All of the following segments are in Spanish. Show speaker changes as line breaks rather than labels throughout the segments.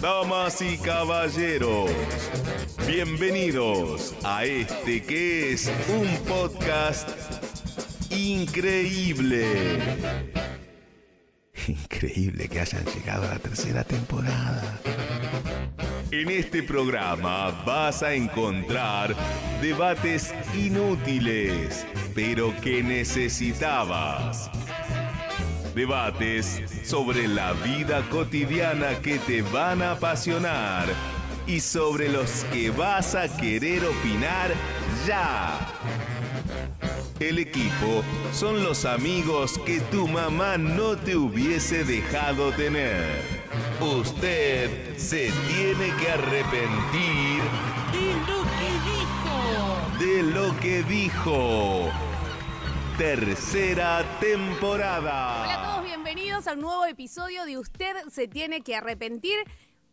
Damas y caballeros, bienvenidos a este que es un podcast increíble.
Increíble que hayan llegado a la tercera temporada.
En este programa vas a encontrar debates inútiles, pero que necesitabas. Debates sobre la vida cotidiana que te van a apasionar y sobre los que vas a querer opinar ya. El equipo son los amigos que tu mamá no te hubiese dejado tener. Usted se tiene que arrepentir
Y lo que dijo.
de lo que dijo. Tercera temporada.
Hola a todos, bienvenidos a un nuevo episodio de Usted se tiene que arrepentir.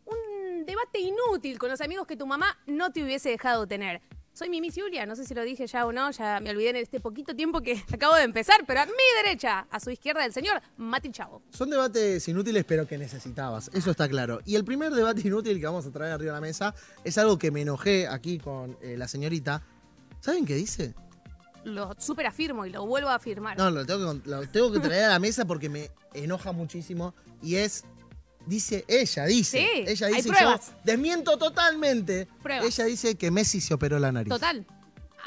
Un debate inútil con los amigos que tu mamá no te hubiese dejado tener. Soy Mimi Julia, no sé si lo dije ya o no, ya me olvidé en este poquito tiempo que acabo de empezar, pero a mi derecha, a su izquierda, el señor Mati Chavo.
Son debates inútiles, pero que necesitabas. Eso está claro. Y el primer debate inútil que vamos a traer arriba de la mesa es algo que me enojé aquí con eh, la señorita. ¿Saben qué dice?
Lo super afirmo y lo vuelvo a afirmar.
No, lo tengo, que, con- lo tengo que traer a la mesa porque me enoja muchísimo. Y es. Dice, ella dice.
Sí,
ella
hay
dice. y yo
pruebas.
desmiento totalmente.
Pruebas.
Ella dice que Messi se operó la nariz.
Total.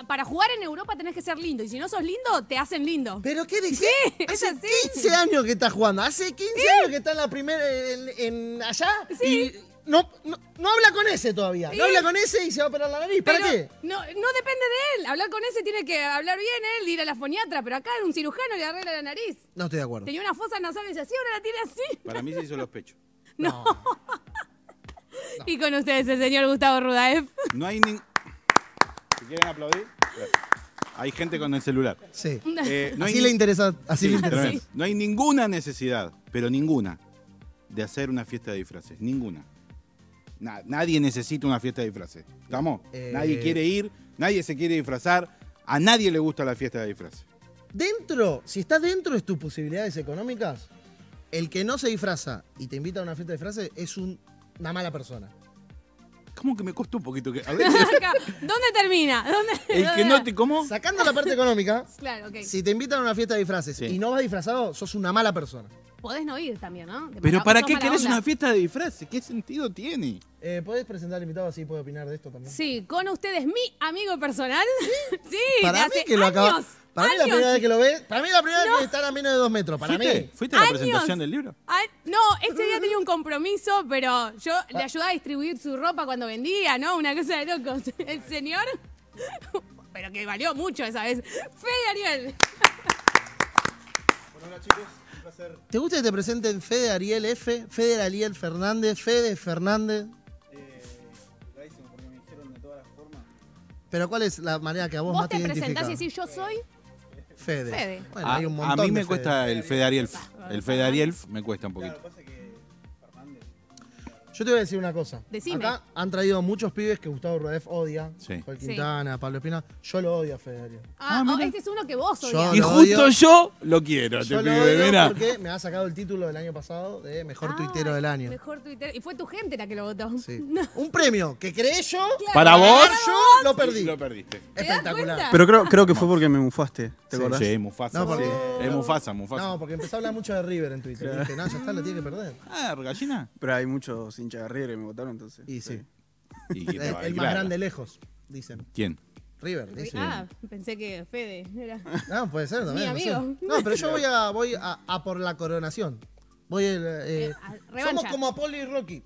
Para jugar en Europa tenés que ser lindo y si no sos lindo, te hacen lindo.
¿Pero qué decís?
Sí, es
Hace
así.
15 años que está jugando. Hace 15 años que está en la primera. En, en allá.
Sí.
Y no, no, no habla con ese todavía.
Sí.
No habla con ese y se va a operar la nariz. ¿Para
Pero
qué?
No, no depende de él. Hablar con ese tiene que hablar bien él, ir a la foniatra, pero acá un cirujano le arregla la nariz.
No estoy de acuerdo.
Tenía una fosa nasal y así, ahora la tiene así.
Para mí se hizo los pechos.
No. Y con ustedes el señor Gustavo Rudaev.
No hay ni... Si quieren aplaudir, hay gente con el celular.
Sí.
Eh, no hay
así
ni-
le interesa. Así
Sí,
le interesa.
tremendo. No hay ninguna necesidad, pero ninguna, de hacer una fiesta de disfraces. Ninguna. Na- nadie necesita una fiesta de disfraces. ¿Estamos?
Eh.
Nadie quiere ir, nadie se quiere disfrazar, a nadie le gusta la fiesta de disfraces.
Dentro, si estás dentro de tus posibilidades económicas, el que no se disfraza y te invita a una fiesta de disfraces es un- una mala persona.
¿Cómo que me costó un poquito? Que, a ver,
Acá. ¿Dónde termina? ¿Dónde?
el que
dónde
no
va?
te... ¿Cómo?
Sacando la parte económica,
Claro, ok.
si te invitan a una fiesta de disfraces
Sí.
y no vas disfrazado, sos una mala persona.
Podés no ir también, ¿no? De
¿Pero
mala-
para
sos
qué
mala
querés
onda.
una fiesta de disfraces? ¿Qué sentido tiene?
Eh, ¿Podés presentar al invitado así puede opinar de esto también?
Sí, con ustedes mi amigo personal. Sí, de
Para mí
hace
que lo acaba-
años.
Para mí la
años.
primera vez que lo ves, para mí la primera vez que están a menos de dos metros, para
¿Fuiste,
mí.
¿Fuiste a la
Años.
presentación del libro?
Ay, no, este día tenía un compromiso, pero yo
Ah.
le ayudaba a distribuir su ropa cuando vendía, ¿no? Una cosa de locos. El señor, pero que valió mucho esa vez. Fede Ariel.
¿Te gusta que te presenten Fede Ariel F, Fede Ariel Fernández, Fede Fernández? Pero ¿cuál es la manera que a vos,
Vos
más te
te
identifica?
presentás y decís, yo soy.
Fede.
Fede.
Bueno,
a,
hay un
a
montón
mí me
de Fede.
cuesta el Fede Arielf. El Fede Arielf me cuesta un poquito.
Yo te voy a decir una cosa.
Decime.
Acá han traído muchos pibes que Gustavo Rodef odia.
Sí.
Paul
Sí.
Quintana, Pablo Espina. Yo lo odio a Fede Ariel.
Ah,
Ah,
oh,
mira.
este es uno que vos
Yo-
odias.
Y
Y
Lo justo
justo
odio.
yo lo quiero,
Yo lo odio porque me ha sacado el título del año pasado de Mejor
Ah,
Tuitero del Año.
Mejor tuitero. Y fue tu gente la que lo votó.
Sí.
No,
Un premio que creé yo,
Para vos,
yo lo perdí.
Lo perdiste.
¿Te das cuenta?
Espectacular.
Pero creo, creo que fue porque me mufaste, ¿te acordás?
Sí, Mufasa.
No, porque-
sí. Es Mufasa, Mufasa.
No, porque empezó a hablar mucho de River en Twitter. Y dije, no, ya está, lo tiene que perder.
Ah, gallina.
Pero hay muchos hinchas de River que me votaron entonces.
Y sí.
Y que
El,
te va a
el más
bailar.
grande lejos, dicen.
¿Quién?
River, dicen.
Ah, pensé que Fede. Era.
No, puede ser también.
Mi
no sé.
amigo.
No, pero yo voy a, voy a, a por la coronación. Voy el, eh,
Eh, a- revancha.
Somos como Apolo y Rocky.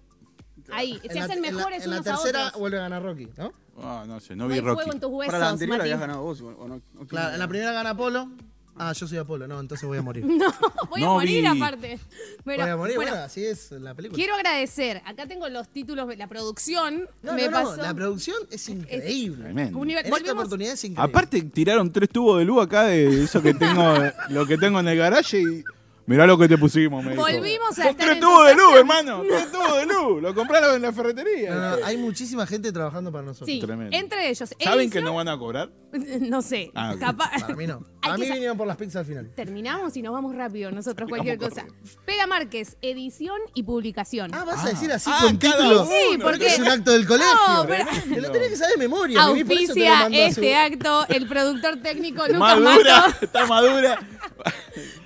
Ahí,
En
se
la-
hacen
en la-
mejores
En la
unos
tercera
a otros.
vuelve a ganar Rocky, ¿no?
Ah, no sé, no
No
vi
hay
Rocky.
fuego en tus huesos,
Para la anterior la
Mati.
habías ganado vos, ¿o o no? ¿O quién
Claro, en la
ganó?
primera gana Apolo. Ah, yo soy Apolo, no, entonces voy a morir.
No, voy a
No
morir
vi.
aparte. Pero,
voy a morir,
bueno,
bueno, así es la película.
Quiero agradecer. Acá tengo los títulos de la producción.
no,
me
no, no,
pasó.
la producción es increíble.
Tremendo.
Univer-
En esta
Volvemos-
oportunidad es increíble.
Aparte, tiraron tres tubos de luz acá de eso que tengo, lo que tengo en el garaje y Mirá lo que te pusimos, me dijo.
Volvimos a
Son
estar
tres
en
tubos de luz,
situación-
hermano. Tres tubos de luz. Lo compraron en la ferretería.
No, no, hay muchísima gente trabajando para nosotros.
Sí,
Tremendo.
entre ellos.
¿Saben que
Elisio-
no van a cobrar?
No sé.
Ah, ok.
capaz-
Para mí no.
Hay
A
que
mí
sa-
vinieron por las pizzas al final.
Terminamos y nos vamos rápido nosotros, cualquier
Terminamos
cosa. Pega Márquez, edición y publicación.
Ah, vas a decir así
Ah,
con
cada
título.
uno.
Sí,
Porque
porque-
es un acto del colegio.
No, pero-
Te lo tenés que saber de memoria. Mimi, por eso te lo
Auspicia
mandó a su-
este acto el productor técnico Lucas
Madura,
Mato.
está madura.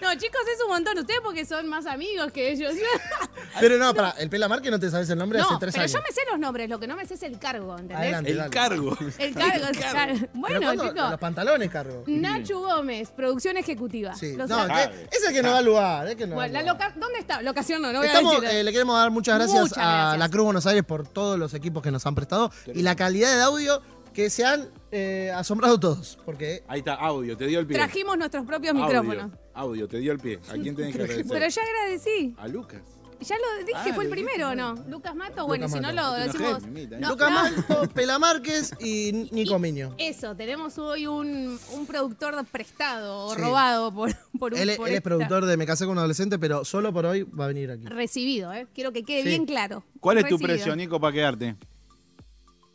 No, chicos, es un montón. Ustedes porque son más amigos que ellos.
Pero no, para, el Pela Marque no te sabes el nombre hace
No,
tres
pero
años.
yo me sé los nombres, lo que no me sé es el cargo, ¿entendés?
Adelante,
El
dale.
cargo.
El cargo, el cargo.
Pero
Bueno,
¿cuándo?
chicos.
Los pantalones cargo.
Nacho Gómez, producción ejecutiva.
Sí.
Los-
No,
sabe.
que- es el que nos da lugar. Es que no da
Bueno, la
lugar.
loca- ¿Dónde está? Locación no, no voy a
Estamos,
decir.
eh, le queremos dar muchas gracias
Muchas
a
gracias.
la Cruz Buenos Aires por todos los equipos que nos han prestado y la calidad de audio que se han eh, asombrado todos. Porque
Ahí está, audio, te dio el pie.
Trajimos nuestros propios
Audio,
micrófonos.
Audio, te dio el pie. ¿A quién tenés que
Pero
agradecer?
ya agradecí.
A Lucas.
Ya lo dije,
Ah,
fue el
lo dijiste,
primero, ¿o ¿no? Lucas Mato, bueno,
Lucas
si no
Mato.
lo
Te enojé,
decimos.
mamita, ¿eh?
No,
Lucas
no.
Manco, Pela Márquez y Nico
Y-
Miño.
Eso, tenemos hoy un, un productor prestado o
Sí.
robado por, por un
Él, es-
por
él es
esta-
productor de Me casé con un adolescente, pero solo por hoy va a venir aquí.
Recibido, ¿eh? Quiero que quede
Sí.
bien claro.
¿Cuál es tu
Recibido.
precio, Nico, para quedarte?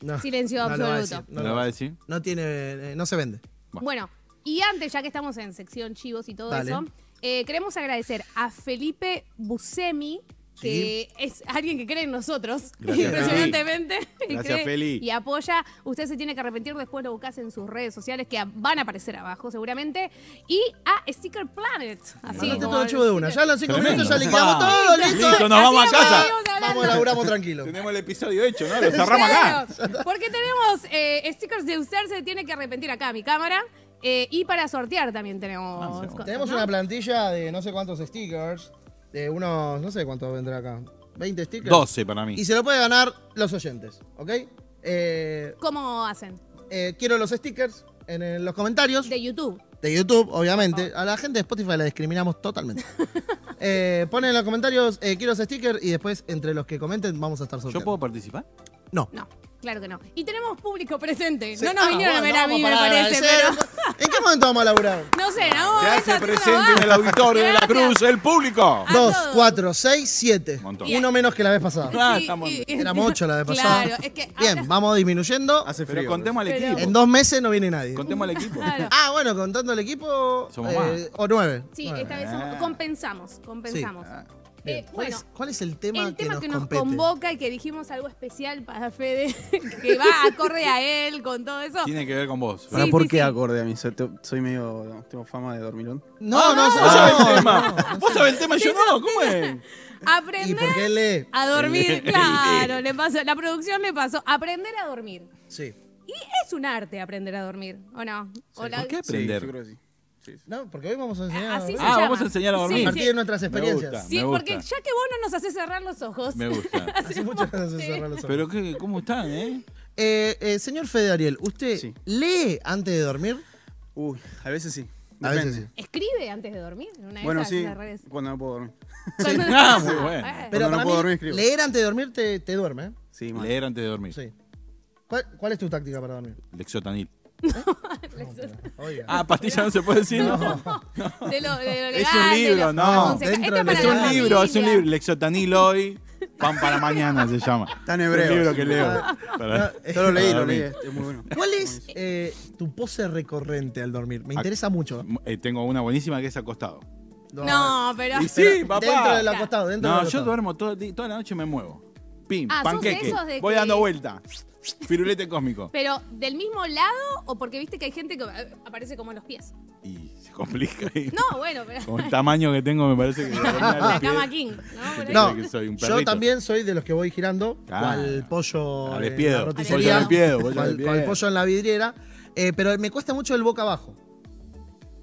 No,
Silencio
no lo va a
absoluto.
decir,
¿Me
no,
lo
lo
va a
va-
decir?
no tiene, eh, no se vende.
Bueno, y antes, ya que estamos en sección chivos y todo
Dale.
eso, eh, queremos agradecer a Felipe Buscemi, que es alguien que cree en nosotros,
Gracias,
impresionantemente. y
Gracias,
cree
Feli.
Y apoya. Usted se tiene que arrepentir, después lo buscas en sus redes sociales, que van a aparecer abajo seguramente. Y a Sticker Planet. Así
Mandate
como
todo el chivo de una. Ya en los cinco
Tremendo.
minutos ya liquidamos
Pa.
todo, listo.
Listo, nos vamos a
Así vamos
casa.
a ir hablando.
Vamos, laburamos tranquilo.
Tenemos el episodio hecho, ¿no? Lo cerramos acá.
Claro, porque tenemos eh, stickers de usted se tiene que arrepentir acá, mi cámara. Eh, y para sortear también tenemos.
Ah, sí.
cosas,
Tenemos
¿no?
una plantilla de no sé cuántos stickers, de unos, no sé cuántos vendrá acá, 20 stickers.
12 para mí.
Y se lo puede ganar los oyentes, ¿ok? Eh,
¿Cómo hacen?
eh, quiero los stickers en, eh, los comentarios de,
De Ah. YouTube.
YouTube, obviamente. A la gente de Spotify la discriminamos totalmente. Eh, ponen en los comentarios, eh, quiero los stickers y después entre los que comenten vamos a estar
¿Yo
sorteando.
puedo participar?
No.
No, claro que no. Y tenemos público presente.
Sí.
No nos
Ah,
vinieron a
bueno,
ver a mí, me
vamos para
parece, pero.
agradecer. ¿En qué momento vamos a laburar?
No sé, no.
Se hace presente
ah.
en el auditorio de la Cruz, el público.
A
Dos,
todos.
cuatro, seis, siete.
Montón.
Uno menos que la vez pasada.
Ah, estamos-
Éramos ocho la vez pasada.
Claro, es que.
Bien,
ahora-
vamos disminuyendo.
Hace frío.
Pero contemos al
Pero-
En
equipo.
dos meses no viene nadie.
Contemos al equipo.
Claro.
Ah, bueno, contando el equipo.
Somos
eh,
más.
O nueve.
Sí,
Nueve.
esta vez somos- compensamos, compensamos.
Bien.
Eh,
¿Cuál,
bueno,
es, cuál es el tema,
El tema
que
que
nos,
nos
compete?
convoca y que dijimos algo especial para Fede, que va acorde a él con todo eso.
Tiene que ver con vos.
Sí,
Ahora, ¿por
sí,
qué
sí.
acorde a mí? Soy, te- soy medio. no, Tengo fama de dormilón.
No,
Ah,
no,
¿Vos sabés
no,
el
no.
tema? ¿Vos sabés el tema? Yo no, ¿cómo es?
¿Y por
Aprender
qué lee?
a dormir, claro, le pasó, la producción le pasó. Aprender a dormir.
Sí.
Y es un arte aprender a dormir, ¿o no? O la-
¿Por qué
Sí, yo
aprender?
creo que sí. Sí, sí.
No, porque hoy vamos a enseñar.
Así se
Ah,
llama.
vamos a enseñar a
Sí,
a
dormir.
partir
sí,
de nuestras experiencias.
gusta.
sí,
Ah, Me
porque ya que vos no nos haces cerrar los ojos.
Me gusta.
Hace mucho que no se cerraron los ojos.
Pero qué, ¿cómo están, eh?
Eh, eh, señor Fede Ariel, ¿usted
Sí.
lee antes de dormir?
Uy, a veces sí.
A
Depende.
veces sí.
Escribe antes de dormir. Una de
Bueno,
esas,
sí.
al revés.
Cuando no puedo dormir.
Cuando-
Ah, muy bueno.
Eh.
Pero
no
para
puedo
mí,
dormir, escribo.
leer antes de dormir te, te duerme, ¿eh?
Sí, mal.
Leer antes de dormir.
Sí. ¿Cuál, cuál es tu táctica para dormir?
Lexotanil.
Oiga.
Ah, pastilla no se puede decir. No.
De lo, de lo legal,
Es un
de
libro,
lo-
no.
aconseja-
Dentro
Este
del-
para
Es
la
un
familia.
libro, es un libro. Lexotanil hoy, pan para mañana se llama.
Está en
Es un
hebreo. Ah,
libro que leo. Para-
Yo lo leí,
Para
lo leí.
dormir.
es muy bueno.
¿Cuál es eh, tu pose recorrente al dormir?
Ah.
Me interesa mucho.
Eh, tengo una buenísima que es acostado.
No, pero.
Y sí, papá.
Dentro del acostado, dentro
No,
del
yo
acostado.
duermo todo, el di- toda la noche me muevo. Pim,
Ah, sos de
panqueque.
esos de
Voy
que-
dando vuelta. Firulete cósmico.
Pero del mismo lado o porque viste que hay gente que eh, aparece como en los pies.
Y se complica. ahí.
No, bueno, pero.
Con el tamaño que tengo me parece que... voy a dormir al
La
pie.
cama king, ¿no? Por ahí.
No,
que soy un
yo
perrito.
también soy de los que voy girando
Claro.
al pollo
Al
en la
espiedo,
roticería,
pollo al
espiedo, pollo al
cual-
espiedo.
con el pollo en la vidriera, eh, pero me cuesta mucho el boca abajo.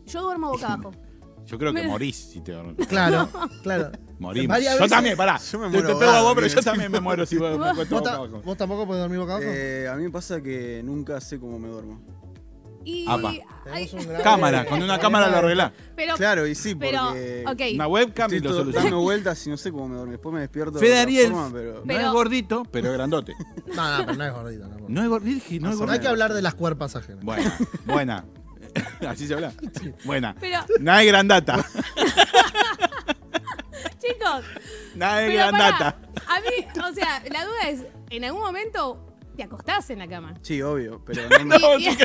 Yo duermo boca abajo.
Yo creo que
Mira.
morís si te dormís.
Claro, claro.
Morimos.
Varias
Yo
veces-
también, pará.
Yo me
Te-
muero
te pego a
ahogado,
vos, pero yo
mira.
también me muero si me me cuesta
¿Vos,
boca
ta-
abajo.
vos tampoco podés dormir boca abajo?
Eh, a mí me pasa que nunca sé cómo me duermo.
Y.
Apa.
ay,
Tenemos un grave
Cámara, con
problema
una cámara lo
de-
arreglás.
pero.
Claro, y sí, porque.
pero. Ok.
Una webcam y
Estoy
lo
todo-
solucionás.
dando vueltas y no sé cómo me duermo. Después me despierto
Fede
de otra
Ariel.
forma, pero.
No es
Pero-
gordito, pero es grandote.
No, no, pero no es gordito. No,
No es gordito, dije, no
No
es
hay que
gordito.
hablar de las cuerpas ajenas.
Buena, buena. Así se habla. Buena.
Pero-
Nada de grandata.
chicos.
Nada de
Pero
gran
pará,
data.
A mí, o sea, la duda es, en algún momento te acostás en la cama.
Sí, obvio, pero no, no.
Y- y-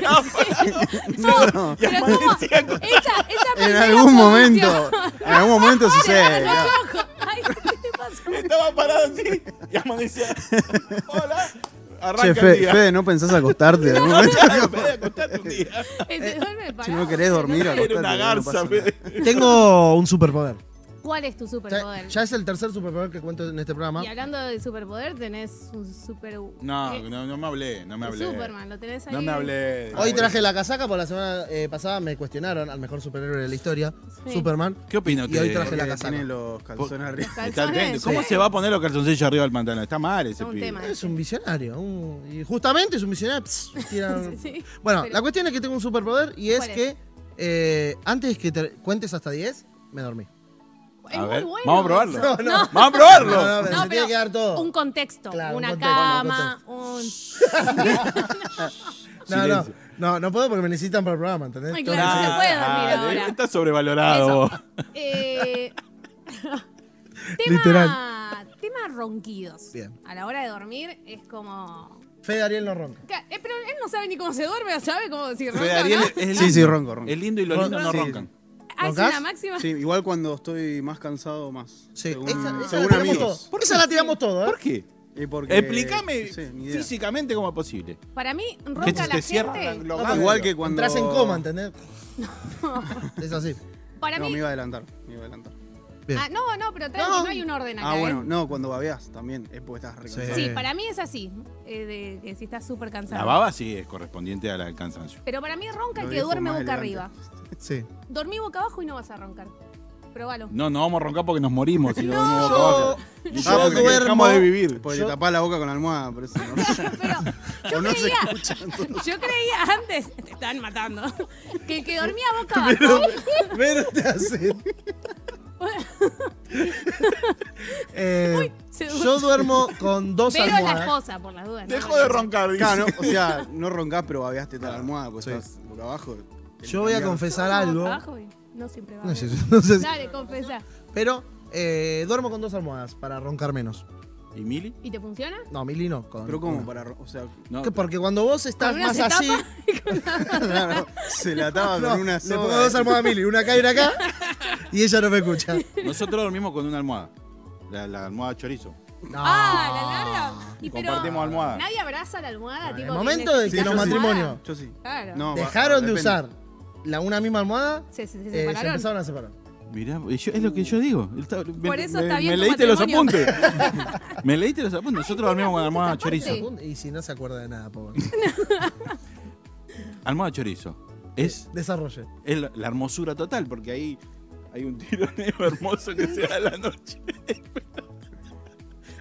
no, pero ¿cómo? Esa, esa
En
primera
algún momento,
posición.
en algún momento
Te
sucede.
tapan
claro.
los ojos. Ay, ¿qué te pasa?
Estaba parado así y amanecía. Hola. Arranca
Che,
el
Fe,
día.
Fede, ¿no pensás acostarte en algún momento?
Claro, Fede, acostate un día.
Eh, se duerme
Si
parado.
no querés dormir, acostate.
Era una
no pasa
garza,
nada.
Fede.
Tengo un superpoder.
¿Cuál es tu
Ya,
superpoder?
ya es el tercer superpoder que cuento en este programa.
Y hablando de superpoder, tenés un super...
No,
eh,
no, no me hablé, no me
un
hablé.
Superman, lo tenés ahí.
No me hablé.
Hoy traje la casaca, porque la semana eh, pasada me cuestionaron al mejor superhéroe de la historia,
Sí.
Superman.
¿Qué opino
Y
que-
hoy traje la
Porque
casaca.
Tiene los calzones arriba.
Los
Está atento.
calzones.
¿Cómo se va a poner los calzoncillos arriba del pantano? Está mal ese
Es un
pibe.
tema.
Es un visionario. un- y justamente es un visionario. pss, tira-
Sí, sí.
Bueno,
Pero-
la cuestión es que tengo un superpoder y es
¿Cuál es?
que eh, antes que te cuentes hasta 10, me dormí.
Es
A
muy
ver,
bueno
vamos a probarlo.
eso.
No,
No.
¡Vamos a probarlo!
No, no, pero
No,
se tiene que dar todo.
Un contexto,
Claro,
una
un contexto,
cama, un...
No, no, no, no puedo porque me necesitan para el programa, ¿entendés?
Ay,
Tengo
claro.
que-
se puede dormir
dale,
ahora.
Está
Ah,
sobrevalorado.
Eh, tema, tema ronquidos.
Bien.
A la hora de dormir es como...
Fede Ariel no ronca.
Ca- eh, pero él no sabe ni cómo se duerme, o sabe cómo si ronca
Fede
o
Ariel
no.
es lindo.
Sí, sí, ronco, ronco.
Es lindo y los lindos no
Sí.
roncan.
Ah, es
¿Roncás?
una máxima.
Sí, igual cuando estoy más cansado, más.
Sí,
según
esa, esa la
según
tiramos
amigos.
todo. Esa la tiramos todo, ¿eh?
¿Por qué?
Y porque-
Explícame
no sé, ni idea.
físicamente cómo es posible.
Para mí,
Que
ronca
te,
la
te
gente.
cierran los
No,
labios.
Igual que cuando.
Entrás en coma, ¿entendés? es así.
Para
No, me
mí.
iba a adelantar. Me iba a adelantar.
Bien.
Ah, no, no, pero tranqui, no.
No.
hay un orden acá.
Ah,
¿eh?
bueno, no, cuando babeás también. Es porque estás
Sí.
recansado.
Sí, para mí es así. eh, de, que si estás súper
La
cansado.
baba sí es correspondiente a la del cansancio.
Pero para mí ronca el
Lo
que
dijo
duerme
más Ah,
boca
elegante.
arriba.
Sí.
Dormí boca abajo y no vas a roncar. Probalo.
No, no vamos a roncar porque nos morimos. Si no, dormimos boca abajo. Y
yo
ya porque
duermo-
dejamos de vivir.
Porque
Yo-
le tapás la boca con la almohada, por eso no.
Pero yo
o no se
creía,
escucha. entonces.
yo creía antes, te están matando, que el que dormía boca abajo.
Pero te hacen. Eh,
se-
yo duermo con dos
Pero la
almohadas.
esposa, por las dudas. ¿no?
Dejo de roncar, dice.
Claro, no, o sea, no roncás, pero babeaste toda la almohada, pues estás boca abajo.
Ah, Yo voy a confesar
Boca
algo.
abajo y No siempre va.
No sé, no sé si-
Dale, confesá.
Pero eh, duermo con dos almohadas para roncar menos.
¿Y Mili?
¿Y te funciona?
No, Mili no. Con
Pero ¿cómo?
una.
Para, ro- o sea,
No,
Que porque cuando vos estás
¿Con una
más
se
así.
tapa?
claro, se la tapa
No,
con una
le pongo
soga.
dos almohadas a Mili, una acá y una acá. Y ella no me escucha.
Nosotros dormimos con una almohada. La, la almohada chorizo.
No.
Ah, la larga. Y pero
Compartimos almohada.
Nadie abraza la almohada,
En
tipo.
el
que
momento de
necesitas
que los
yo sí. Ah,
matrimonios
Yo sí.
Claro.
No, va-
dejaron de
depende.
usar la una misma almohada,
Se, se- se
eh, se
separaron.
empezaron a separar.
Mirá, yo- es lo que yo digo. Él está- me,
Por eso
me-
está bien
me
tu
leíste los
matrimonio.
apuntes. me leíste los apuntes. Nosotros dormimos con almohada
apuntes,
chorizo.
aparte.
Y si no se acuerda de nada, pobre.
Almohada chorizo. Es,
Desarrolle.
es la, la hermosura total, porque ahí hay un tironeo hermoso que se da a la noche.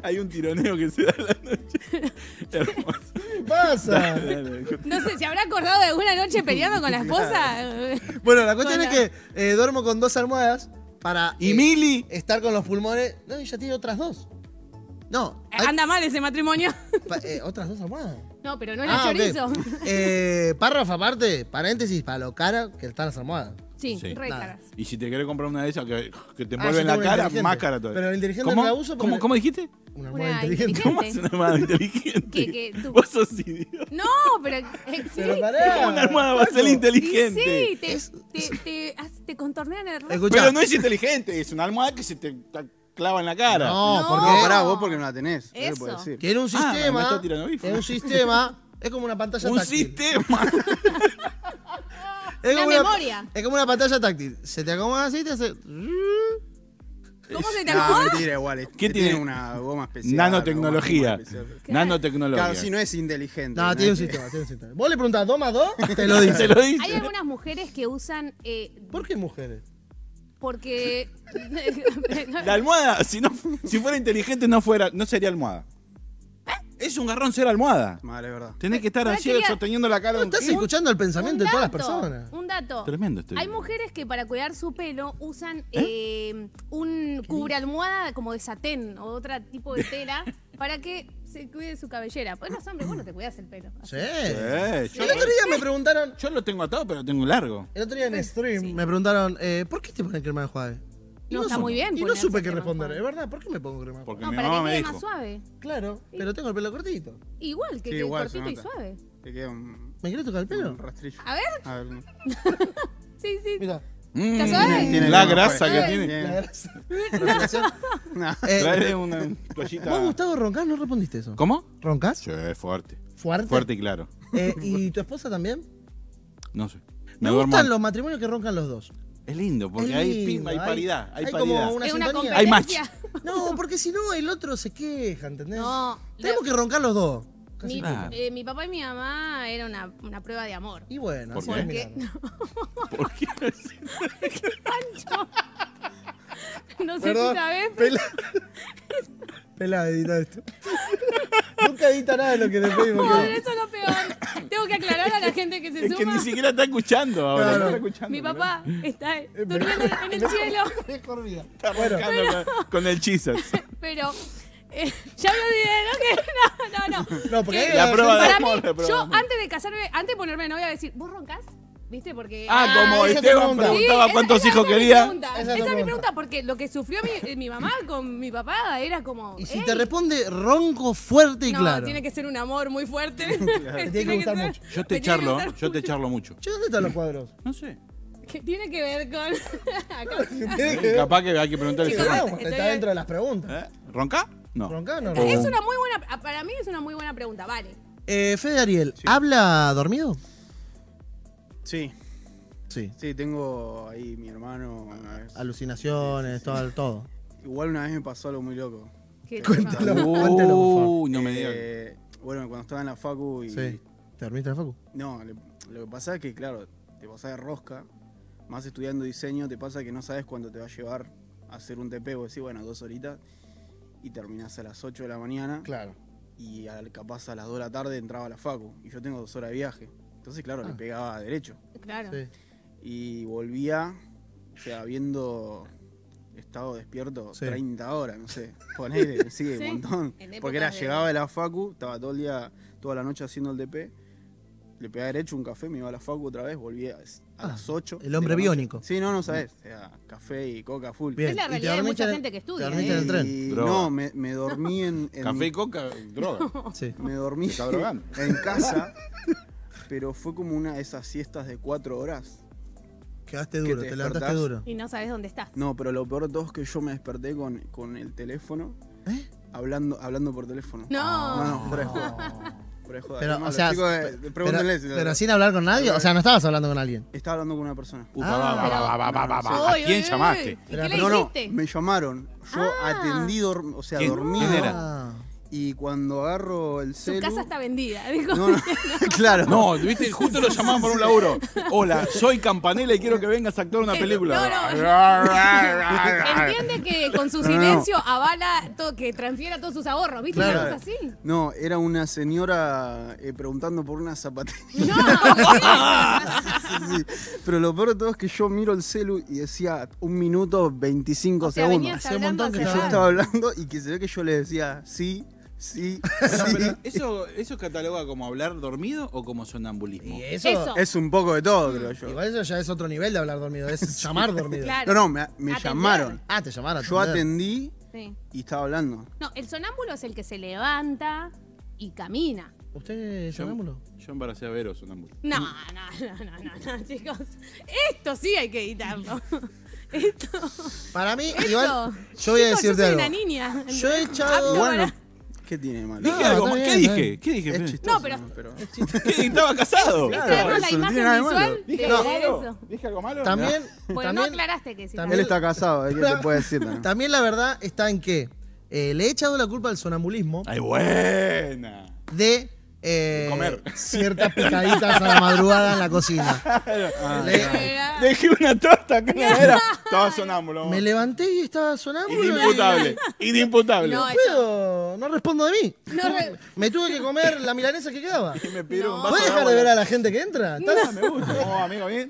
hay un tironeo que se da a la noche. Hermoso.
¿Qué pasa?
No sé, ¿se habrá acordado de alguna noche peleando con la esposa?
bueno, la cuestión
Hola.
es que eh, duermo con dos almohadas para
y
eh,
Mili.
estar con los pulmones. No, y ya tiene otras dos. No, hay
Anda mal ese matrimonio.
pa- eh, otras dos almohadas.
No, pero no era
Ah, ok.
chorizo.
Eh, párrafo aparte, paréntesis, para lo cara que están las almohadas.
Sí,
Sí.
re
Nada.
caras.
Y si te querés comprar una de esas que, que te
Ah,
envuelve
yo
en la
tengo una
cara,
inteligente.
más cara todavía.
Pero la inteligente
¿Cómo?
no la uso
¿Cómo,
porque-
¿Cómo dijiste?
Una
Una almohada inteligente.
inteligente.
¿Cómo es una almohada inteligente?
Que- que tú-
Vos sos idiota.
No, pero eh, existe.
Pero pará.
Una almohada va a ser
Y
inteligente.
Sí, te,
Es-
te, te, as- te contornean el rostro.
Escuchá.
Pero no es inteligente, es una almohada que se te ta- clava en la cara.
No,
No.
porque
No, pará, vos porque no la tenés. ¿qué le
Eso.
puedo decir?
tiene un
Ah, me
sistema.
está tirando bife.
tiene un sistema. Es como una pantalla
Un
táctil.
sistema.
Es
Una
como
memoria.
Es como una pantalla táctil. Se te acomoda así y te hace.
¿Cómo se te
No,
acomoda?
mentira, igual. es-
¿Qué tiene?
tiene? una goma especial.
ah,
Nanotecnología.
una goma especial.
Nanotecnología.
Claro, si no es inteligente.
No, tiene un sistema, tiene un sistema. Vos le preguntás 2 más 2, te lo dice.
Te lo dice.
Hay algunas mujeres que usan. Eh,
¿Por qué mujeres?
porque.
La almohada, si no si fuera inteligente no fuera no sería almohada. Es un garrón ser almohada.
Madre, es verdad.
Tenés que estar
¿Eh? Pero
así
quería-
sosteniendo la cara.
No
de un-
estás escuchando el pensamiento de todas las
dato,
personas.
Un dato.
Tremendo este estoy.
Hay mujeres que para cuidar su pelo usan eh, un cubre almohada como de satén o otro tipo de tela para que se cuide su cabellera. Pues los hombres, vos no te cuidas el pelo.
Sí.
Eh, yo,
El otro día me preguntaron.
yo lo tengo atado, pero tengo largo.
El otro día en stream me preguntaron, eh, ¿por qué te ponen crema de enjuague?
No, está
supe-
muy bien
Y no
ponerse
supe qué
crema
responder,
suave.
es verdad. ¿Por qué me pongo crema?
Porque
No,
mi
para
mamá
que
me
quede
dijo.
más suave.
Claro, pero tengo el pelo cortito.
Igual que
Sí,
quede
igual, se
cortito y
nota.
suave.
Te queda un,
¿Me quieres tocar el pelo?
un rastrillo.
A ver,
A ver.
sí, sí.
Mira,
¿Está
Mm,
Eh,
suave?
tiene la grasa que tiene.
la
Tiene-
grasa.
No.
Eh,
Trae una toallita.
¿Vos, Gustavo, roncás? No respondiste eso.
¿Cómo?
¿Roncás?
Sí, es fuerte.
¿Fuerte?
Fuerte y claro.
Eh, ¿Y tu esposa también?
No sé.
Me,
Me duermo.
gustan los matrimonios que roncan los dos.
Es lindo, porque
Es
hay,
lindo,
pim- hay paridad. Hay,
como
paridad.
una
Es una
sintonía.
Hay
competencia.
No, porque si no, el otro se queja, ¿entendés?
No,
Tenemos que roncar los dos. Casi
mi,
nada.
eh, mi papá y mi mamá era una, una prueba de amor.
Y bueno,
¿Por
así
qué?
terminaron.
¿Por qué?
No sé
Perdón,
si sabes, pero
Pela. Pela, edita esto. Nunca edita nada de lo que te pedimos.
joder, eso es lo peor. Tengo que aclarar a la gente que se
Es que
suma.
ni siquiera está escuchando ahora.
Claro.
no Eh, está escuchando,
Mi
¿verdad?
papá está durmiendo en el cielo,
Mejor vida.
Está arrancando con, con el chisas.
pero eh, ya me olvidé, ¿no? Que, no, no, no.
No, porque
Que-
hay
La prueba de
Para
amor,
mí,
la prueba
yo
de amor.
antes de casarme, antes de ponerme de novia, voy a decir, ¿vos roncas? ¿Viste? Porque.
Ah, como
esa es
Esteban
tu pregunta.
preguntaba
Sí,
cuántos
esa- esa
hijos
es mi
quería.
pregunta,
Esa es
Esa
la
es mi
pregunta.
pregunta, porque lo que sufrió mi, eh, mi mamá con mi papá era como.
Y si
"Ey,
te responde ronco, fuerte y
no,
claro.
tiene que ser un amor muy fuerte. Tiene
que gustar
ser-
mucho.
Yo
me tiene
te
que
charlo,
gustar
yo te charlo mucho.
Che, ¿dónde están los cuadros?
No sé.
¿Qué tiene que ver con.? Acá-
Tiene que ver.
Eh, Capaz que hay que preguntarle si
Chicos,
ronca.
Claro, Está dentro de las preguntas.
¿Eh? ¿Ronca? No.
¿Ronca o no
es
ronca?
una muy buena. ah, Para mí es una muy buena pregunta, vale.
Eh, Fede Ariel, ¿habla dormido?
Sí,
Sí.
sí, tengo ahí mi hermano. es-
Alucinaciones, todo. todo.
Igual una vez me pasó algo muy loco.
Que-
Cuéntalo.
no.
Cuéntelo, por favor.
Uy, no me digas.
Eh, bueno, cuando estaba en la facu y
Sí. ¿Te dormiste en la facu?
No, le- lo que pasa es que, claro, te pasás de rosca, más estudiando diseño, te pasa que no sabes cuándo te va a llevar a hacer un TP, vos decís, bueno, dos horitas, y terminás a las 8 de la mañana,
Claro.
y al- capaz a las 2 de la tarde entraba a la facu, y yo tengo dos horas de viaje. Entonces, claro, le
Ah.
pegaba derecho.
Claro.
Sí.
Y volvía, o sea, habiendo estado despierto
Sí.
30 horas, no sé, ponele, sí,
Sí,
un montón.
en
Porque era,
épocas de-
llegaba de la facu, estaba todo el día, toda la noche haciendo el DP, le pegaba derecho un café, me iba a la facu otra vez, volvía a
Ah,
las 8.
el hombre biónico.
Sí, no, no sabes, o sea, café y coca full.
Bien.
Es la
Y te
realidad de
dormiste
mucha
en el-
gente que estudia, ¿eh?
Te dormiste en el
Y-
tren.
Droga.
No, me, me dormí en, en-
Café y coca, droga.
Sí.
me dormí
Se está drogando.
en casa, pero fue como una de esas siestas de cuatro horas.
Quedaste
Que
duro,
te
te, levantaste
despertás.
duro.
Y no sabes dónde estás.
No, pero lo peor de todo es que yo me desperté con, con el teléfono
¿Eh?
hablando, hablando por teléfono.
No.
No, no, fuera de joda. Fuera de joda.
Pero,
Además,
o sea,
los chicos, eh,
pero-
pregúntenle si-
pero, sin hablar con nadie, o sea, no estabas hablando con alguien.
Estaba hablando con una persona.
Upa,
Ah,
va, va, va, va, va, va, va. ¿A
Uy, uy,
quién
uy. ¿Y
llamaste?
eh. qué le
no, no,
hiciste?
me llamaron. Yo
Ah.
atendí, dorm- o sea,
¿Quién?
dormí.
¿Quién era?
Ah.
Y cuando agarro el
Su
celu...
casa está vendida, dijo.
No, no, claro.
No, viste, justo lo llamaban por un laburo. Hola, soy Campanella y quiero que vengas a actuar una
Eh,
película.
Entiende que con su
No, no, no.
silencio avala todo, que transfiera todos sus ahorros, ¿viste? Una
Claro.
cosa así.
No, era una señora eh, preguntando por una zapatería.
No, ¿qué?
Sí, sí. Pero lo peor de todo es que yo miro el celu y decía un minuto 25
o sea,
segundos.
venías
Hace un
hablando
montón que
hace
yo
Yo
rato.
estaba hablando y que se ve que yo le decía sí, sí, sí.
¿Eso, ¿Eso cataloga como hablar dormido o como sonambulismo?
Y eso,
Eso.
Es un poco de todo, creo yo.
Igual eso ya es otro nivel de hablar dormido, es llamar dormido.
Claro.
No, no, me, me
Atender.
llamaron.
Ah, te llamaron.
Yo
atender.
atendí
Sí.
y estaba hablando.
No, el sonámbulo es el que se levanta y camina.
¿Usted es sonámbulo?
Yo embaracé a Vero, sonambulismo.
No, no, no, no, no, no, chicos. Esto sí hay que editarlo. Esto.
Para mí,
Eso.
igual, yo voy a
Chicos,
decirte
yo soy
algo.
una niña. Ah,
Yo he echado.
Apto
Bueno,
Bueno,
para-
¿qué tiene de malo?
Dije
No,
algo
está
más.
bien,
¿Qué
está
dije?
bien.
¿Qué dije?
Es
Fede?
chistoso.
No, pero-
¿Qué? ¿Estaba casado?
Claro.
Traemos la
eso no
imagen
tiene nada de malo.
visual de,
¿Dije
de
algo
eso.
malo? ¿Dije algo malo?
también.
Bueno, no
también,
aclaraste que sí.
también-
Él está casado, ¿eh? ¿qué te puede decir? también?
también la verdad está en que eh, le he echado la culpa al sonambulismo
¡Ay, buena!
de. eh,
Comer.
Ciertas picaditas a la madrugada en la cocina.
Ah,
Le-
Era-
Dejé una torta acá en la nevera. Estaba sonámbulo.
me levanté y estaba sonámbulo. y-
Inimputable. Inimputable.
No, es-
puedo, no respondo de mí.
No re-
Me tuve que comer la milanesa que quedaba.
Me pidieron un vaso
¿Puedes
de
dejar
agua.
de ver a la gente que entra? ¿Estás-
Ah, Me gusta. ¿Cómo va, amigo? ¿Bien?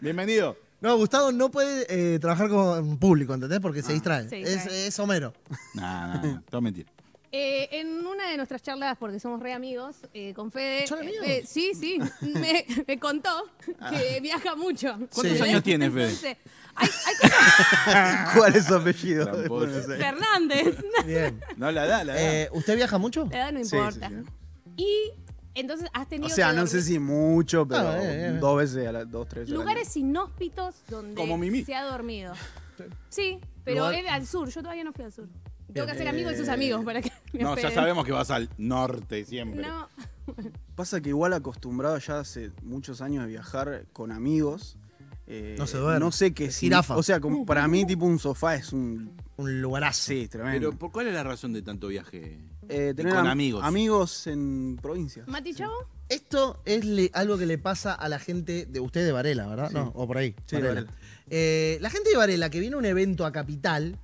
Bienvenido.
No, Gustavo no puede eh, trabajar con público, ¿entendés? Porque se distrae.
Se
Es,
distrae.
es Homero.
No, no, no. Todo mentira.
Eh, en una de nuestras charlas, porque somos re amigos, eh, con Fede.
¿Son amigos? Ah.
eh, sí, sí. Me, me contó que viaja mucho.
¿Cuántos
años tiene Fede?
Entonces, hay, hay cosas.
¿Cuál es su apellido?
Tampoco.
Buenos Aires.
Fernández.
Bien.
No la da, la da.
Eh, ¿Usted viaja mucho?
La edad no
Sí, sí,
importa.
sí.
Y entonces has tenido.
O sea,
que
no sé si mucho, pero
Ah, eh, eh.
dos veces a las dos, tres. al año.
Lugares inhóspitos donde
Como Mimi.
se ha dormido. Sí, pero
Lugar-
él al sur. Yo todavía no fui al sur. Tengo que
Bien.
hacer amigos de sus amigos para que me
no, ya
hospeden.
sabemos que vas al norte siempre.
No,
Pasa que igual acostumbrado ya hace muchos años de viajar con amigos. eh,
No se duerme.
No sé qué
Es
si-
jirafa.
O sea, como para mí, tipo un sofá es un.
Un lugarazo.
Sí, tremendo.
Pero ¿por cuál es la razón de tanto viaje?
Eh,
Y
tener
con
am-
amigos.
Amigos en provincias.
Mati Chavo.
Esto es le- algo que le pasa a la gente de usted de Varela, ¿verdad? No, o por ahí.
Sí, de
Varela.
Varela.
Eh, la gente de Varela que viene a un evento a Capital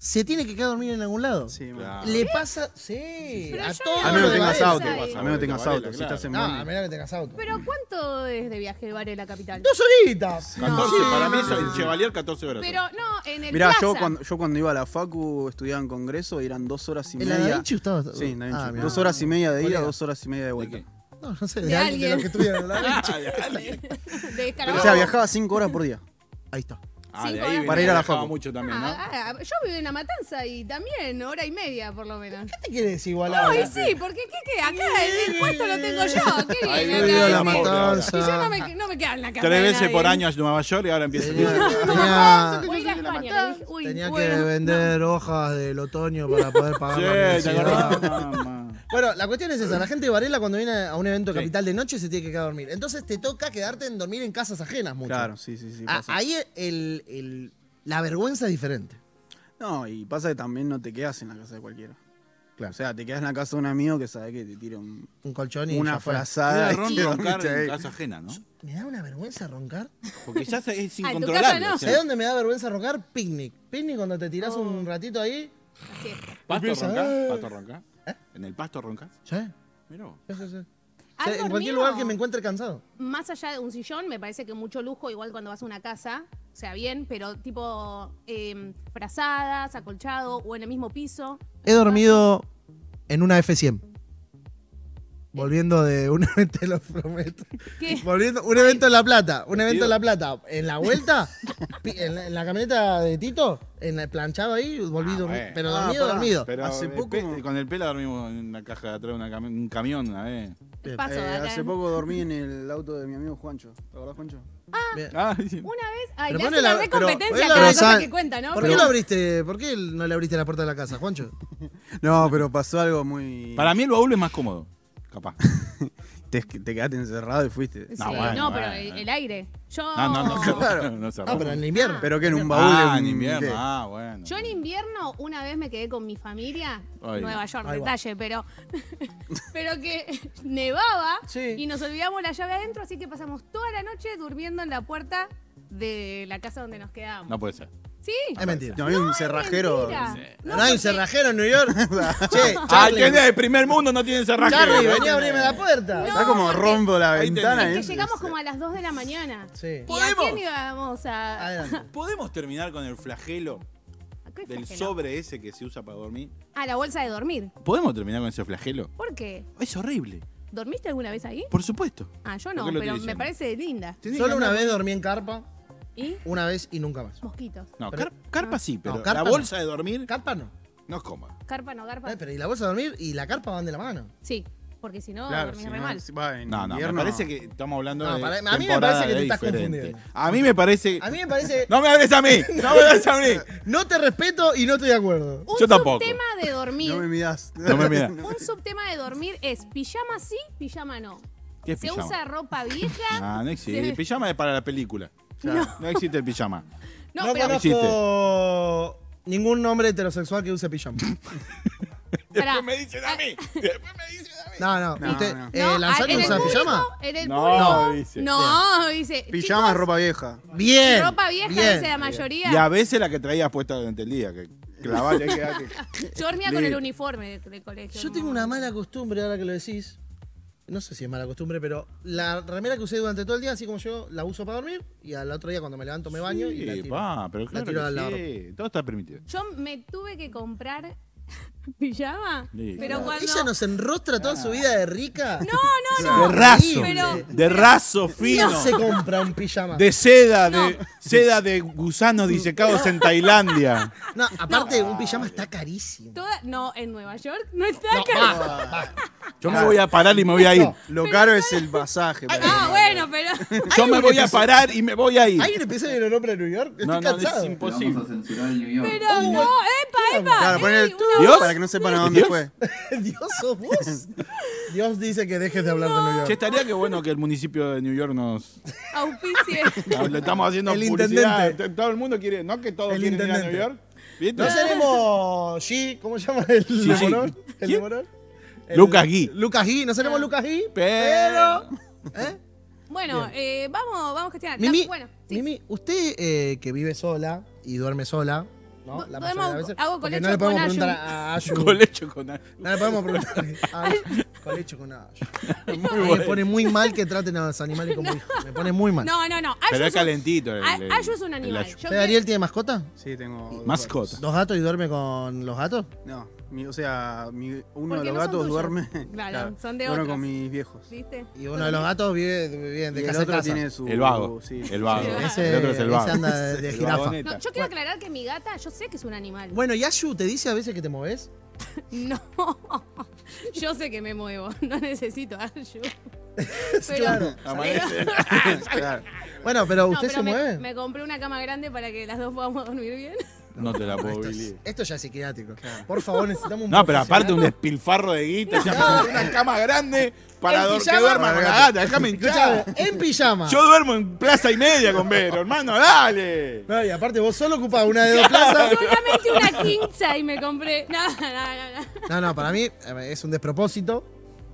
se tiene que quedar dormida en algún lado.
Sí,
Claro.
Le pasa. Sí,
Pero
a
yo
todos.
no
A menos
los
que
de
tengas
Varela.
auto.
ahí.
A menos que tengas
Varela,
auto. Si
claro.
estás en
No, a
Moni.
menos que tengas auto.
Pero ¿cuánto es de viaje de Varela Capital?
¡Dos horitas!
14,
No.
para mí es el Chevalier 14 horas.
Pero no, en el
Mirá, yo
Plaza.
cuando, yo cuando iba a la Facu estudiaba en Congreso y eran dos horas y
¿En la Da
media.
Vinci usted?
Sí, Da Vinci.
Ah, mirá.
dos horas y media de ida,
Colega.
dos horas y media de
¿De
vuelta.
qué?
No, no sé, de,
De
alguien de los
alguien.
que estuvieron en la
Ah,
Da Vinci.
De
O
Escarabajo.
sea, viajaba cinco horas por día.
Ahí está.
Ah, de
Cinco
ahí
horas.
viene
Para ir a la
que viajaba
facu.
mucho también, ¿no?
Ah, ah, yo vivo en La Matanza y también hora y media por lo menos.
¿Qué te quiere decir igual
No, y sí, porque ¿qué, qué? acá el, el puesto lo tengo yo. ¿Qué
Ahí
viene
vive
acá?
la
Sí.
matanza.
Y yo no me, no me quedo en la casa.
Tres
de
veces por
nadie.
año a Nueva York y ahora empieza.
Tenía,
Ah,
tenía-
voy a ir a España, le dije, uy,
tenía que
bueno.
vender hojas del otoño para poder pagar la
Sí, ¿te
universidad.
acordás? Mamá.
Bueno, la cuestión es esa. La gente de Varela cuando viene a un evento de
Sí.
capital de noche se tiene que quedar a dormir. Entonces te toca quedarte en dormir en casas ajenas mucho.
Claro, sí, sí, sí.
Ah,
pasa.
ahí el- el- la vergüenza es diferente.
No, y pasa que también no te quedas en la casa de cualquiera.
Claro.
O sea, te quedas en la casa de un amigo que sabe que te tira un-
Un colchón y
una
ya fue.
Era
frazada. y te
ron
dormiste
roncar en
ahí.
casa ajena, ¿no?
Me da una vergüenza roncar.
Porque ya se- es
Ah, en tu
incontrolable.
casa no.
o sea,
¿Sabés dónde me da vergüenza roncar? Picnic. Picnic cuando te tirás un ratito ahí.
Sí.
¿Pasto
Empieza,
ronca?
"Eh".
¿Pasto ronca? ¿En el pasto ronca?
¿Sí?
Mirá vos.
sí, sí, sí. O
¿Has
sea, en
dormido?
cualquier lugar que me encuentre cansado.
Más allá de un sillón, me parece que mucho lujo, igual cuando vas a una casa, o sea, bien, pero tipo eh, frazadas, acolchado o en el mismo piso.
He dormido en una F100. Volviendo de un evento, te lo prometo.
¿Qué?
Volviendo, un evento en La Plata, un evento en La Plata. En la vuelta, pi- en la, en la camioneta de Tito, en la- planchado ahí, volví
Ah,
dormi-
bueno.
Pero
Ah,
dormido,
pará.
dormido.
Pero
Hace
hace
poco-
poco con el pela dormimos en la caja de atrás de una cami- un camión una vez.
Paso de
Eh,
acá.
hace poco dormí en el auto de mi amigo Juancho. ¿Te acordás, Juancho?
Ah, sí.
Una vez, ay,
Pero
le hace
ponela-
una re
pero-
competencia
ponela-
a cada
pero
cosa
sabe-
que cuenta, ¿no?
¿Por
Pero-
qué lo abriste? ¿Por qué no le abriste la puerta de la casa, Juancho?
No, pero pasó algo muy.
Para mí el baúl es más cómodo. Capaz.
Te, te quedaste encerrado y fuiste.
Sí,
No, bueno,
no, pero
bueno,
el,
bueno.
el aire. Yo,
No, no, no. cerró,
Claro.
No cerró.
Ah, pero en el invierno.
Pero que en un baúl.
Ah,
en
en
un-
invierno.
¿qué?
Ah, bueno.
yo en invierno una vez me quedé con mi familia,
Ay.
Nueva York,
Ahí va.
detalle, pero, pero que nevaba
Sí.
y nos olvidamos la llave adentro, así que pasamos toda la noche durmiendo en la puerta de la casa donde nos quedábamos.
No puede ser.
Sí.
es mentira.
No, hay un cerrajero.
Mentira.
No, hay un
porque-
cerrajero en New York. che,
Ah,
Charlie,
¿quién es? El primer mundo no tiene cerraje.
Charlie, vení a abrirme la puerta.
No.
Está como
porque-
rompo la
Ahí
ventana.
tenés.
Que
¿eh?
llegamos como a las 2 de la mañana.
Sí.
¿Y a quién
¿Podemos?
íbamos a...?
Adelante.
¿Podemos terminar con el flagelo
¿A qué
del
Este flagelo?
sobre ese que se usa para dormir?
A la bolsa de dormir.
¿Podemos terminar con ese flagelo?
¿Por qué?
Es horrible.
¿Dormiste alguna vez ahí?
Por supuesto.
Ah, yo
¿Por
no,
qué lo
pero
estoy
me
diciendo?
parece linda.
Tenés que
Solo una
andar-
vez dormí en carpa,
¿Y?
una vez y nunca más.
Mosquitos.
No,
Pero-
car- carpa sí, pero
No, carpa
la
no.
bolsa de dormir
Carpa no.
no es cómoda.
Carpa no garpa.
Eh, pero y la bolsa de dormir y la carpa van de la mano.
Sí, porque si no,
Claro,
dormís
si
re
no,
mal.
si va en
No, no, me
invierno-
parece que estamos hablando
No,
de
para- a mí me
temporada
parece que te
de
estás
diferente.
confundiendo.
A mí me parece...
A mí me parece.
¡No me hables a mí! ¡No me hables a mí!
No te respeto y no estoy de acuerdo.
Un
Yo tampoco.
subtema de dormir.
No me mirás.
No me mirás.
Un subtema de dormir es pijama sí, pijama no.
¿Qué es
Se
pijama?
usa ropa vieja.
Ah, no existe. El
Se-
pijama es para la película. No. existe el pijama.
No,
No
pero
conozco ningún hombre heterosexual que use pijama.
pará.
Me dicen a mí. Después me dicen a mí.
No, no.
No,
¿Usted,
no.
eh,
No, ah,
Lanzani
en el
usa
público,
pijama?
En el
No,
público.
dice.
No, dice.
Pijama es ropa vieja.
Bien.
Ropa vieja,
bien.
dice la
Y a
mayoría.
veces la que traías puesta durante el día, que clavale, que
Yo dormía con
Lee.
el uniforme de, de colegio.
Yo tengo una mala costumbre ahora que lo decís. No sé si es mala costumbre, pero la remera que usé durante todo el día, así como yo, la uso para dormir y al otro día cuando me levanto me baño y la
Sí,
tiro.
va, pero
La
claro
tiro
que
al
sí. Todo está permitido.
Yo me tuve que comprar ¿Pijama?
Sí,
Pero
claro.
cuando.
Ella nos enrostra toda su vida de rica.
No, no, no.
De raso.
Pero-
De raso fino.
No se compra un pijama.
De seda, de seda de gusanos disecados en Tailandia.
No, aparte, un pijama está carísimo.
Toda- no, en Nueva York no está
No,
acá.
va,
Ah,
va.
Yo me voy a parar y me voy a ir.
Lo caro es el pasaje. para
Ah,
mí.
bueno, pero.
Yo me voy a parar y me voy a ir.
¿Hay un episodio de los nombres de New York? Estoy
No, no,
cansado.
es imposible.
Pero no, epa, epa.
Claro, poner el
Ey,
tú
una-
¿Dios?
para que no sepan a dónde
¿Dios?
fue.
Dios sos vos. Dios dice que dejes de hablar de New
Che,
York.
estaría que bueno que el municipio de New York nos...
Auspicie.
Le estamos haciendo
El
publicidad.
intendente.
Todo el mundo quiere... ¿No que todos
El
quieren ir a New
intendente.
York? ¿Viste?
No seremos G, ¿cómo se llama el
G, G.
de Morón? ¿El de
¿Quién?
Morón?
Lucas Gui.
Lucas G, no
Ah.
seremos Lucas G,
Pero-
pero... ¿Eh?
Bueno, eh, vamos, vamos a gestionar.
Mimi,
La- bueno, sí.
Mimi, usted eh, que vive sola y duerme sola, ¿no?
Bo-
La
duermo
mayoría de las veces.
hago con
porque
leche
no le
o
podemos
con Ayu.
preguntar a Ayu.
Con leche con algo.
No le podemos preguntar a Ayu. Con leche o con Ayu. A mí
bueno.
Me pone muy mal que traten a los animales como hijos. Me pone muy mal.
No, no, no. Ayu
Pero es
un-
calentito el-
A-
el-
Ayu es un
el
animal.
Ayu.
Yo
¿Usted, Ariel, tiene mascota?
Sí, tengo. dos
Mascota.
¿Dos gatos y duerme con los gatos?
No, mi- o sea, mi- uno
Porque no
de los
son
gatos
tuyos.
duerme.
Claro, son de
Bueno,
otros.
con mis viejos.
creo- ¿Viste?
Y uno de los gatos vive, vive de
Y el
casa en
otro
casa.
tiene su.
El vago.
Uh, sí.
El vago.
Ese-
el otro es el vago.
ese anda de- de
El
jirafa.
vagoneta.
No, yo quiero aclarar que mi gata, yo sé que es un animal.
Bueno, ¿y Ayu te dice a veces que te moves?
No. Yo sé que me muevo. No necesito Ayu. Pero-
Claro.
Amanece.
Claro.
Bueno, pero
No,
usted
pero
se
me,
mueve.
me compré una cama grande para que las dos podamos dormir bien.
No te la puedo
Esto,
vivir.
es- esto ya es psiquiátrico. Por favor, necesitamos un
No, pero aparte un
profesional.
despilfarro de guita, ya me compré una cama grande para
En
dor- que
pijama.
duerma con la gata, déjame hinchar.
Escuchame, en pijama.
Yo duermo en plaza y media con Vero, hermano, dale.
No, y aparte vos solo ocupás una de dos plazas.
Solamente una quinza y me compré. No, no, no, no.
No, no, para mí eh, es un despropósito,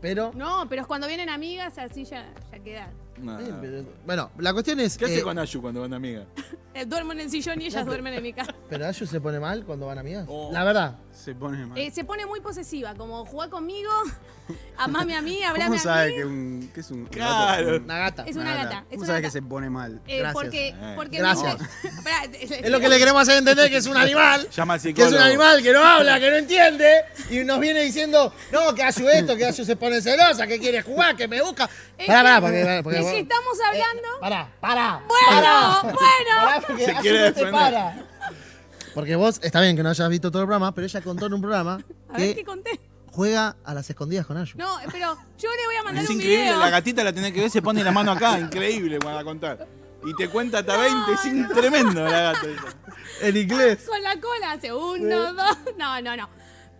pero...
No, pero es cuando vienen amigas, así ya, ya queda.
eh, pero- Bueno, la cuestión es...
¿Qué hace
eh,
con Ayu cuando van amiga?
Eh, Duermo en el sillón y ellas duermen en mi casa.
¿Pero Ayu se pone mal cuando van amigas?
Oh.
La verdad.
Se pone mal.
Eh, se pone muy posesiva, como jugá conmigo, amame a mí, hablame
¿Cómo
a
sabe
mí.
que, un, que es un. un gato?
Claro.
Un-
Una gata.
Es una gata. Es
¿Cómo
una gata.
sabe que se pone mal?
Eh,
Gracias.
Porque,
Eh,
porque
gracias.
dice- Pará, eh,
Es lo que le queremos hacer entender que es un animal.
Llama al
Que es
psicólogo.
un animal que no habla, que no entiende, y nos viene diciendo, no, que Ayu esto, que Ayu se pone celosa, que quiere jugar, que me busca.
Es que-
Pará, pará, porque- pará, porque- eh,
¿De qué estamos hablando?
Pará, pará.
bueno,
Pará,
bueno.
porque
Se
Ayu
quiere
no te
defender.
para. Porque vos, está bien que no hayas visto todo el programa, pero ella contó en un programa
A ver qué
que
conté.
juega a las escondidas con Ayu.
No, pero yo le voy a mandar
Es
un
increíble,
video.
la gatita la tenés que ver, se pone la mano acá, increíble para contar. Y te cuenta hasta 20, es in- tremendo la gata. esa.
En inglés.
Con la cola hace uno, dos. No, no, no.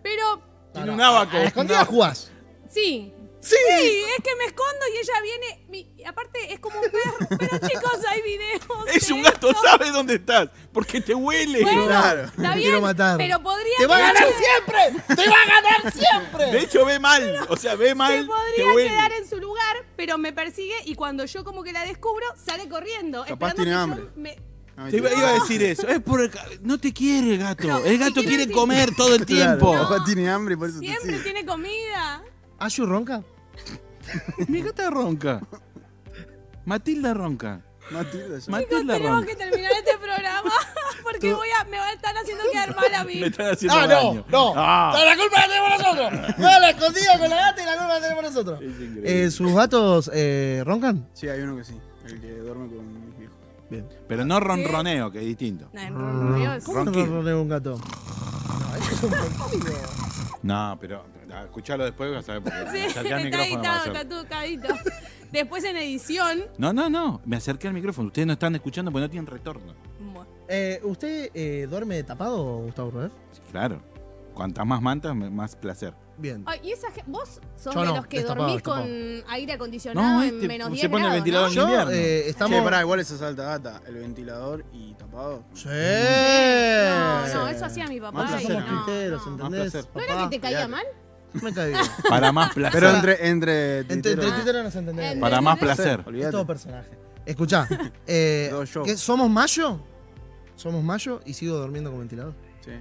Pero
Tiene un abaco.
A las escondidas jugás.
sí.
Sí.
Sí, es que me escondo y ella viene. mi- aparte, es como un perro. Pero chicos, hay videos.
Es
de
un gato,
esto.
sabe dónde estás, porque te huele.
Bueno,
Claro,
está
me
bien,
quiero matar.
Pero podría.
¡Te va a
quedar-
ganar siempre! ¡Te va a ganar siempre!
De hecho, ve mal, o sea, ve
Se
mal, te
podría
huele.
quedar en su lugar, pero me persigue y cuando yo como que la descubro, sale corriendo.
Capaz
esperando
tiene
que yo
hambre.
me-
No,
Te iba,
mentira.
iba a decir eso. Es por el ca- no te quiere el gato.
No,
el
te
gato
quiero
quiere
decir-
comer todo el
Claro,
tiempo.
capaz tiene hambre y por eso te
Siempre
sigue.
tiene comida.
¿Ayu ronca?
Mi gata ronca. Matilda ronca.
Matilda, yo-
Matilda
Chicos, tenemos
ronca.
que terminar este programa porque voy a, me van a estar haciendo quedar mal a mí.
Me están haciendo
No, no,
daño.
no.
Ah.
La culpa la tenemos nosotros. Juega a la escondida con la gata y la culpa la tenemos nosotros.
Es increíble.
Eh, ¿Sus gatos eh, roncan?
Sí, hay uno que sí. El que duerme con mis viejos.
Pero no ronroneo, que es distinto.
No, no, Dios.
¿Cómo no
Ronquín.
ronronea un gato? No, eso es un ronquido.
No, pero ah, escuchalo después vas a ver por qué.
Sí,
Me acerqué al
está
micrófono, vas a
editado,
ver.
está todo cadito. Después en edición.
No, no, no. Me acerqué al micrófono. Ustedes no están escuchando porque no tienen retorno.
Bueno,
Eh, ¿Usted eh, duerme tapado, Gustavo Roder?
Sí, Claro. Cuantas más mantas, me- más placer.
Bien.
Ay, y esa ge- vos sos
Yo
de
no,
los que
destapado,
dormís
destapado.
con aire acondicionado
No,
en
este
menos 10
se pone el
grados,
ventilador
¿no?
en
Yo
invierno.
eh, estamos...
Che, pará, igual es salta gata. El ventilador y tapado.
Sí.
No, no, eso hacía mi papá.
Más
Nosotros
y
somos
placer,
no,
titeros,
no.
¿entendés?
placer.
¿No era que te caía mal?
te... Me caí bien.
Para más placer.
Pero entre. Entre.
Entre, entre
titeros-
titeros nos entendemos.
Para más placer.
Es todo
Olvídate.
personaje. Escuchá, eh,
Dos yo.
¿qué, ¿somos mayo? Somos mayo y sigo durmiendo con ventilador.
Sí.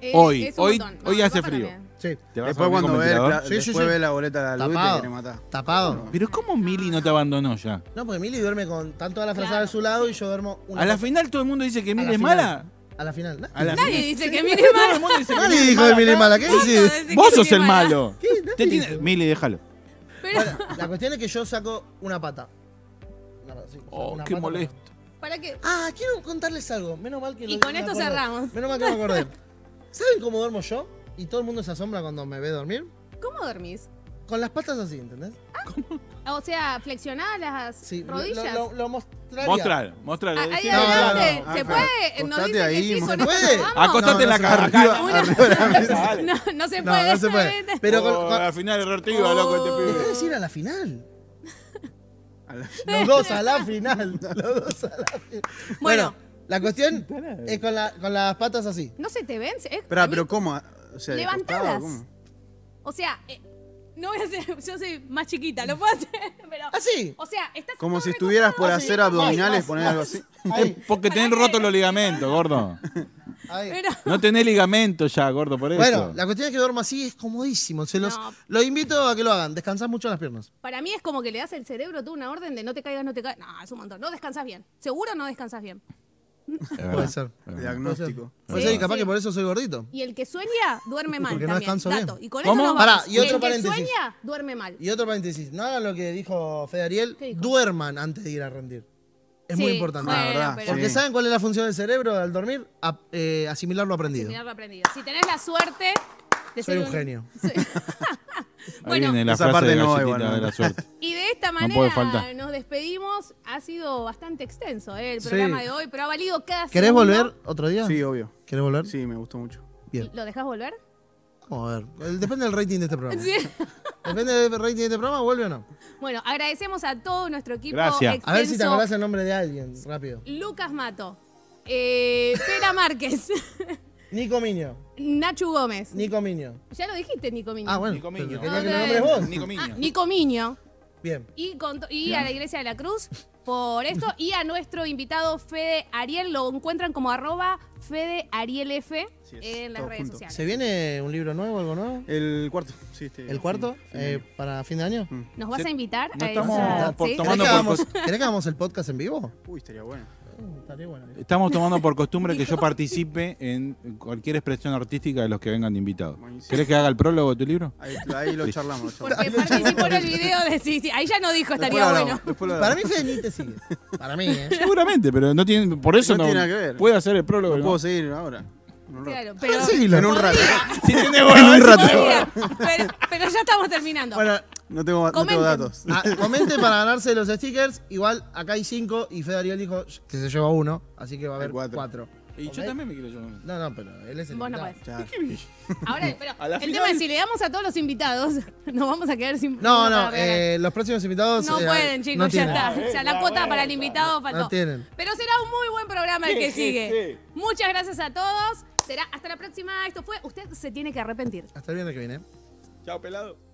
Eh,
Hoy,
es un
hoy-
montón.
hoy
mi
hace
papá
frío.
también.
Sí.
¿Te vas a dormir con
Después cuando ve,
ventilador?
la-
Sí, sí,
después
sí.
ve la boleta de la luz y te
Tapado.
quiere matar.
Tapado.
Pero ¿cómo Mili no te abandonó ya?
No, porque Mili duerme con tanto a la frazada
Claro,
de su lado y yo duermo una.
A la final todo el mundo dice que
la
Mili es
final.
mala.
A la final. ¿no?
A la
Nadie
final.
dice
Sí.
que mire
Todo el
mal.
mundo dice que
Nadie
Mili
dijo
es
de
mala.
Mili Mala. ¿Qué
Vos
decís?
decís que
Vos sos
Mili
el
mala.
malo.
¿Qué? Nadie
Te tiene-
dijo.
Mili, déjalo.
Pero,
Bueno, la cuestión es que yo saco una pata. Una pata, sí, saco
Oh,
una pata,
¿para qué?
Ah, quiero contarles algo. Menos mal que
Y
lo-
con
me
esto
acordé.
cerramos.
Menos mal que me acordé. ¿Saben cómo duermo yo? Y todo el mundo se asombra cuando me ve dormir.
¿Cómo dormís?
Con las patas así, ¿entendés?
Ah, O sea, flexionadas las
Sí, lo-
rodillas.
Lo, lo, lo mostraría.
Mostrar, mostrar.
Ah, Ahí
No, no,
adelante.
no, no.
¿Se puede?
Ah, claro.
Nos
Acostate
dicen que
ahí,
sí, con
¿se
esto
puede?
cerramos.
Acostate en
No,
la
no,
cara.
arriba,
Una-
arriba de la mesa.
No, no se
No,
puede.
no se puede.
¿sabes?
Pero con,
Oh,
con-
Al final error te iba, loco, este
Oh.
pibe.
Dejá de ir a la final.
A la-
Los dos a la final. Los dos a la final.
Bueno.
Bueno, la cuestión es con, la- con las patas así.
No se te vence. eh, a
Esperá,
mí-
pero ¿cómo? O sea, de
Levantadas.
costado, ¿cómo?
O sea, eh, no voy a hacer. Yo soy más chiquita, lo puedo hacer. Pero,
Así.
o sea, estás.
Como
todo
si estuvieras por
recostado,
hacer
sí,
abdominales,
sí,
poner algo así.
Ahí,
Porque tenés roto los ligamentos, gordo.
ahí.
Pero,
No tenés ligamento ya, gordo, por eso.
Bueno, la cuestión es que duermo así, es comodísimo. Se los,
No.
los invito a que lo hagan. Descansás mucho en las piernas.
para mí es como que le das al cerebro tú una orden de no te caigas, no te caigas. No, es un montón. No descansas bien. Seguro no descansas bien.
Es verdad.
Puede ser.
Diagnóstico.
Puede
Sí,
ser, y capaz
sí.
que por eso soy gordito.
Y el que sueña, duerme mal.
Porque no
también.
descanso
Dato.
bien.
Y con
¿Cómo?
eso nos
Pará,
vamos.
y otro
el que
paréntesis.
sueña, duerme mal.
Y otro paréntesis, no hagan lo que dijo Fede Ariel,
¿Qué dijo?
duerman antes de ir a rendir. Es muy
Sí,
importante.
bueno,
Ah, verdad,
pero-
Porque
Sí.
¿saben cuál es la función del cerebro al dormir? A- eh, asimilar lo aprendido.
Mirarlo aprendido. Si tenés la suerte de
Soy
ser
un genio.
Sí.
Ahí
bueno,
viene la
Esa
frase
parte
de
no,
galletita
igual, no.
de la suerte.
y de esta
No puede
manera
faltar.
nos despedimos. Ha sido bastante extenso eh, el
Sí.
programa de hoy, pero ha valido cada
¿Querés
segundo.
volver otro día?
Sí, obvio.
¿Querés volver?
Sí, me gustó mucho.
Bien.
¿Lo dejás volver?
Vamos a ver. El- Depende del rating de este programa.
Sí.
Depende del rating de este programa, vuelve o no.
Bueno, agradecemos a todo nuestro equipo.
Gracias.
extenso.
A ver si te acordás el nombre de alguien, rápido.
Lucas Mato, eh, Pera Márquez,
Nico Miño.
Nacho Gómez.
Nico Miño.
ya lo dijiste, Nico Miño.
Ah, bueno.
Nico Miño.
pero Quería que lo
Otra
nombres
vez.
vos.
Nico Miño.
Ah, Nico Miño.
Bien.
Y, con to- y a la Iglesia de la Cruz por esto. Y a nuestro invitado Fede Ariel. Lo encuentran como arroba Fede Ariel F
Así es,
en las
todo
redes
junto.
sociales.
¿Se viene un libro nuevo, algo nuevo?
El cuarto. Sí, este-
¿El cuarto?
sí, sí.
Eh, ¿Para fin de año?
¿Nos vas
Se-
a invitar?
no
a
estamos
esa-
por
¿Sí?
¿Querés
tomando-
que,
por
hagamos, querés que hagamos el podcast en vivo?
Uy, estaría bueno.
Estaría bueno.
Estamos tomando por costumbre que yo participe en cualquier expresión artística de los que vengan de invitados.
Buenísimo.
¿Querés que haga el prólogo de tu libro?
Ahí, ahí lo charlamos. lo charlamos.
Porque participó en el video de sí, sí, Ahí ya no dijo,
Después
estaría
lo hablamos,
bueno.
después lo
Para mí
hablamos.
Fede ni te sigue. Para mí, ¿eh?
Seguramente, pero no tiene, por eso
No
no,
tiene nada que ver.
puede hacer el prólogo.
Lo
¿no?
puedo seguir ahora. en un rato.
Claro, pero.
Seguilo.
En un rato.
Si tiene huevo,
un
eso
rato.
te-
Podría, pero, pero ya estamos terminando.
Bueno,
No tengo, no
Comenten.
tengo datos.
ah, comenten para ganarse los stickers. Igual acá hay cinco y Fede Ariel dijo que se lleva uno, así que va a
Hay
haber cuatro.
cuatro.
Y yo también me quiero llevar.
No, no, pero él es el
Vos no
invitado.
podés.
Ya.
Ahora, pero
A la
el
final-
tema es si le damos a todos los invitados, nos vamos a quedar sin.
No,
uno
no,
para regalar.
eh, los próximos invitados.
No
eh,
pueden, chicos,
no
ya
tienen.
está. O sea, la cuota para el invitado faltó.
No tienen.
Pero será un muy buen programa el que sigue. Muchas gracias a todos. Será hasta la próxima. Esto fue Usted se tiene que arrepentir.
Hasta el viernes que viene.
Chao, pelado.